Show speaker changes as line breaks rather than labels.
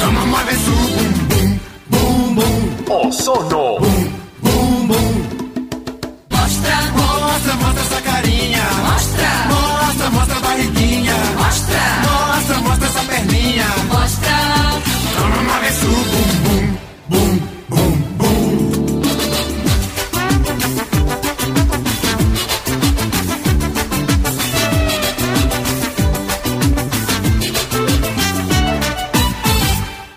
Dame su bum bum, bum bum,
Ozono.
bum bum. Mostra, mostra, mostra essa carinha.